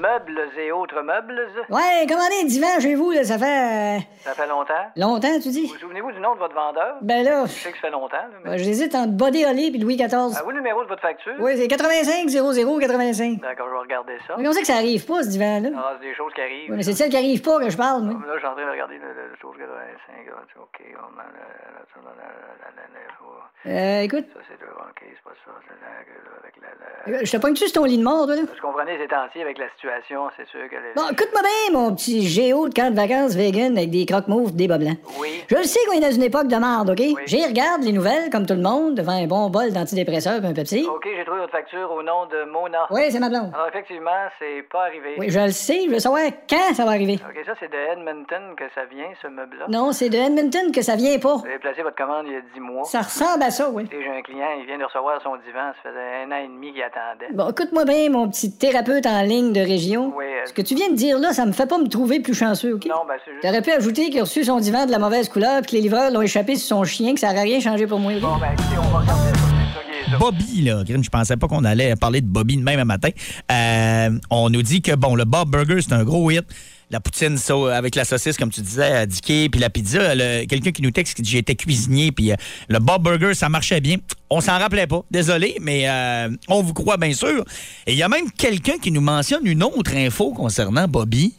Meubles et autres meubles,
Ouais, commandez un divan chez vous, là, ça fait... euh,
ça fait longtemps.
longtemps, tu dis?
Vous souvenez-vous du nom de votre vendeur?
Ben là,
Je sais que ça fait longtemps, là, mais...
euh, j'hésite entre Body Holly puis Louis XIV.
Ah, vous, le numéro de votre facture?
Euh, Oui, c'est 85 00 85.
D'accord, je vais regarder ça.
Mais on sait que ça arrive pas, ce divan-là.
Ah, c'est des choses qui arrivent.
Ouais, mais c'est de celle qui arrive pas que je parle, moi.
Là, je suis en train de regarder le, le, le chose 85. là, tu- OK, on a... le- le- le- le- le- le- le- le-
Euh, écoute,
Ça, c'est deux. OK, c'est pas ça. C'est la- que- avec la... la-
je te pogne-tu sur ton lit de mort, toi, là?
Je comprenais ces temps-ci avec la situation, c'est sûr que... les-
Bon, écoute-moi bien, mon petit géo de camp de vacances vegan avec des croque-mauves pis des bas blancs.
Oui.
Je le sais qu'on est dans une époque de merde, OK? J'y regarde les nouvelles, comme tout le monde, devant un bon bol d'antidépresseurs et un Pepsi.
OK, j'ai trouvé votre facture au nom de Mona.
Oui, c'est ma blonde.
Alors, effectivement, c'est pas arrivé.
Oui, je le sais, je veux savoir quand ça va arriver.
OK, ça, c'est de Edmonton que ça vient, ce meuble-là.
Non, c'est de Edmonton que ça vient pas.
Vous avez placé votre commande il y a 10 mois.
Ça ressemble à ça, oui.
Et J'ai un client, il vient de recevoir son divan, ça faisait un an et demi qu'il attendait.
Bon, écoute-moi bien, mon petit thérapeute en ligne de région.
Oui, euh,
Ce que tu viens de dire là, ça me fait pas me trouver plus chanceux, OK?
Non, ben c'est juste...
T'aurais pu ajouter qu'il a reçu son divan de la mauvaise couleur, puis que les livreurs l'ont échappé sur son chien, que ça aurait rien changé pour moi.
Bon, ben écoutez, on va regarder ça, c'est ça qui est ça.
Bobby, là. Grim, je pensais pas qu'on allait parler de Bobby de même un matin. Euh, on nous dit que, bon, le Bob Burger, c'est un gros hit. La poutine sau- euh, avec la saucisse, comme tu disais, à Dicky, puis la pizza. le- Quelqu'un qui nous texte qui dit j'étais cuisinier, puis euh, le Bob Burger, ça marchait bien. On s'en rappelait pas. Désolé, mais euh, on vous croit bien sûr. Et il y a même quelqu'un qui nous mentionne une autre info concernant Bobby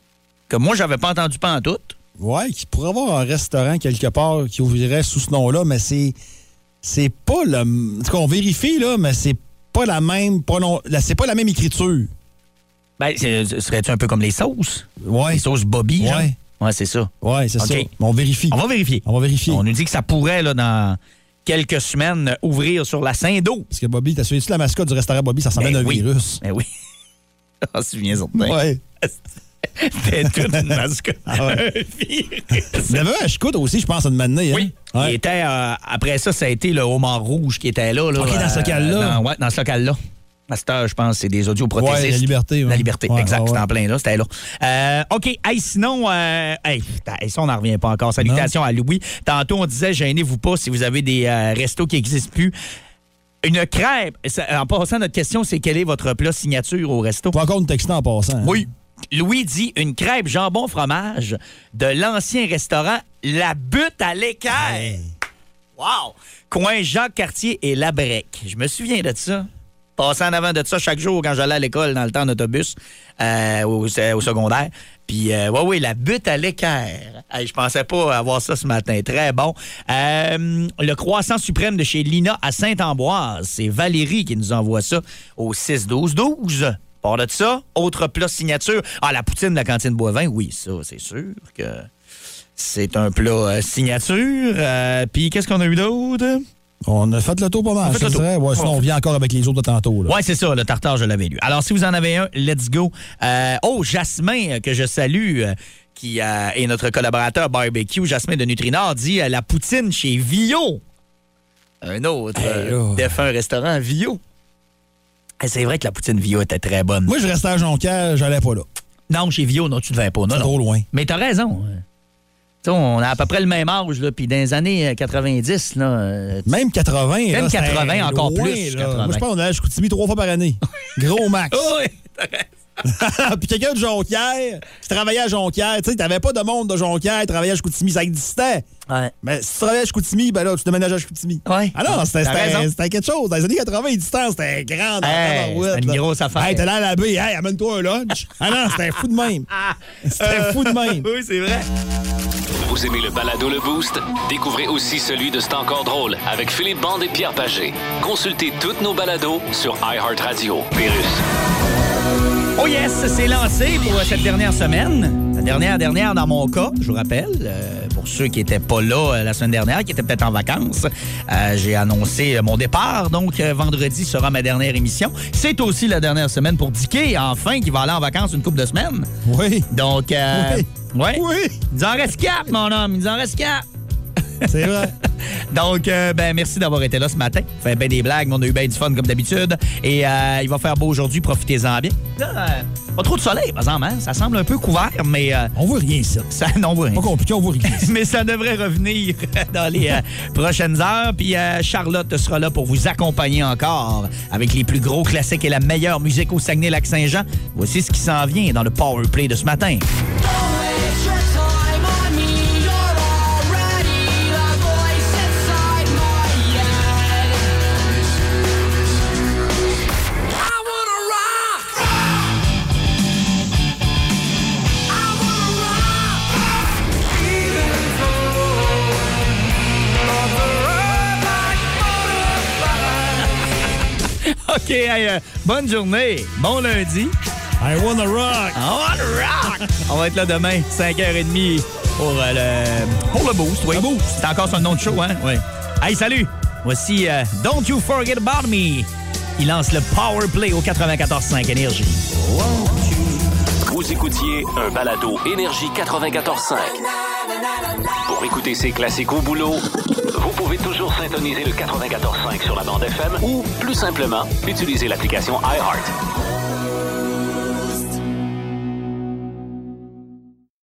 que moi, j'avais pas entendu pas en tout.
Ouais, qui pourrait avoir un restaurant quelque part qui ouvrirait sous ce nom-là, mais c'est c'est pas le en tout cas, on vérifie là, mais c'est pas la même pronon- la- c'est pas la même écriture.
Ben, c'est- serait-tu un peu comme les sauces?
Ouais.
Les sauces Bobby, genre?
Ouais.
Ouais, c'est ça.
Ouais, c'est
Ok.
ça. Mais on vérifie.
On va vérifier.
On va vérifier.
On nous dit que ça pourrait, là, dans quelques semaines, euh, ouvrir sur la Saint-Deau.
Parce que Bobby, t'as suivi la mascotte du restaurant Bobby, ça ressemblait
Ben
à un
oui.
virus.
Ben oui. Ah, souviens-en.
Ouais.
C'était toute une mascotte.
Ah ouais.
Un virus.
Il y en avait un à Chicoute aussi, je pense, à une matinée.
Oui.
Hein? Ouais.
Il était, euh, après ça, ça a été le homard rouge qui était là. là
Ok, dans ce local-là.
dans- ouais, dans ce local-là. À cette heure, je pense, c'est des audioprothésistes.
Ouais, la liberté, ouais.
La liberté,
Ouais,
exact.
ouais,
C'était
ouais.
en plein là, c'était là. Euh, OK, hey, sinon, euh, hey, putain, hey, ça, on n'en revient pas encore. Salutations à Louis. Tantôt, on disait, gênez-vous pas si vous avez des euh, restos qui n'existent plus. Une crêpe. Ça- en passant, notre question, c'est quel est votre plat signature au resto?
Faut encore nous texter en passant. hein?
Oui. Louis dit une crêpe jambon fromage de l'ancien restaurant La Butte à l'équerre. Wow! Coin Jacques Cartier et Labrec. Je me souviens de ça. Passant en avant de ça chaque jour quand j'allais à l'école dans le temps d'autobus euh, au, au secondaire. Puis, euh, ouais, oui, la butte à l'équerre. Hey, je pensais pas avoir ça ce matin. Très bon. Euh, le croissant suprême de chez Lina à Saint-Amboise. C'est Valérie qui nous envoie ça au 6-12-12. Par de ça, autre plat signature. Ah, la poutine de la cantine Boivin, oui, ça, c'est sûr que c'est un plat euh, signature. Euh, Puis qu'est-ce qu'on a eu d'autre?
On a fait le tour pas mal.
fait
je
le
te
tour.
dirais. Ouais, sinon, on vient encore avec les autres de tantôt. là.
Ouais, c'est ça, le tartare, je l'avais lu. Alors, si vous en avez un, let's go. Euh, oh, Jasmin, euh, que je salue, euh, qui euh, est notre collaborateur barbecue, Jasmin de Nutrinor, dit euh, la poutine chez Vio. Un autre
Hey,
euh,
là.
défunt restaurant, Vio. Eh, C'est vrai que la poutine Vio était très bonne.
Moi, je restais à Jonquière, j'allais pas là.
Non, chez Vio, non, tu devais pas. Non,
C'est
non.
trop loin.
Mais t'as raison. hein. Tu sais, on a à peu près le même âge, là, puis dans les années euh, 90, là, euh,
Même 80.
Même
là, c'était
80, encore
loin,
plus, Oh,
là.
80.
Moi, je pense qu'on allait à Chicoutimi trois fois par année. Gros max. Puis quelqu'un de Jonquière, qui travaillait à Jonquière, tu sais, t'avais pas de monde de Jonquière, qui travaillait à Chicoutimi, ça existait.
Ouais.
Mais si tu travaillais à Chicoutimi, ben là, tu déménages à Chicoutimi.
Ouais.
Ah non, c'était-
T'as raison.
c'était c'était quelque chose. Dans les années 80, il distance, c'était grand. dans
Hey,
la tabarouette,
c'était une
là.
grosse affaire.
Hey, t'es là à la baie, hey, amène-toi un lunch. ah non, c'était fou de même.
Ah.
C'était fou de même.
Euh, Oui, c'est vrai.
Vous aimez le balado Le Boost? Découvrez aussi celui de C'est encore drôle avec Philippe Bande et Pierre Pagé. Consultez toutes nos balados sur iHeartRadio. Pérus.
Oh yes, c'est lancé pour euh, cette dernière semaine. La dernière, dernière dans mon cas, je vous rappelle. euh, pour ceux qui n'étaient pas là euh, la semaine dernière, qui étaient peut-être en vacances, euh, j'ai annoncé euh, mon départ. Donc, euh, vendredi sera ma dernière émission. C'est aussi la dernière semaine pour Dicky, enfin, qui va aller en vacances une couple de semaines.
Oui.
Donc, euh,
Oui.
ouais.
Oui.
Il nous en reste quatre, mon homme. Il nous en reste quatre.
C'est vrai.
Donc, euh, ben, merci d'avoir été là ce matin. Fait ben des blagues, mais on a eu bien du fun comme d'habitude. Et euh, il va faire beau aujourd'hui, profitez-en bien. Là, euh, pas trop de soleil, par exemple, hein? Ça semble un peu couvert, mais euh,
On voit rien, ça.
ça non oui.
Pas compliqué, on voit rien.
Mais ça devrait revenir dans les euh, prochaines heures. Puis euh, Charlotte sera là pour vous accompagner encore avec les plus gros classiques et la meilleure musique au Saguenay-Lac-Saint-Jean. Voici ce qui s'en vient dans le Power Play de ce matin. OK, hey, euh, bonne journée, bon lundi.
I wanna rock.
On rock! On va être là demain, 5h30 pour euh, le, pour le boost. Oui. C'est encore son nom de show, hein? Oui. Hey, salut! Voici euh, Don't You Forget About Me. Il lance le Power Play au 94.5 Énergie.
Vous écoutiez un balado Énergie 94.5. Pour écouter ces classiques au boulot, vous pouvez toujours syntoniser le 94.5 sur la bande FM ou, plus simplement, utiliser l'application iHeart.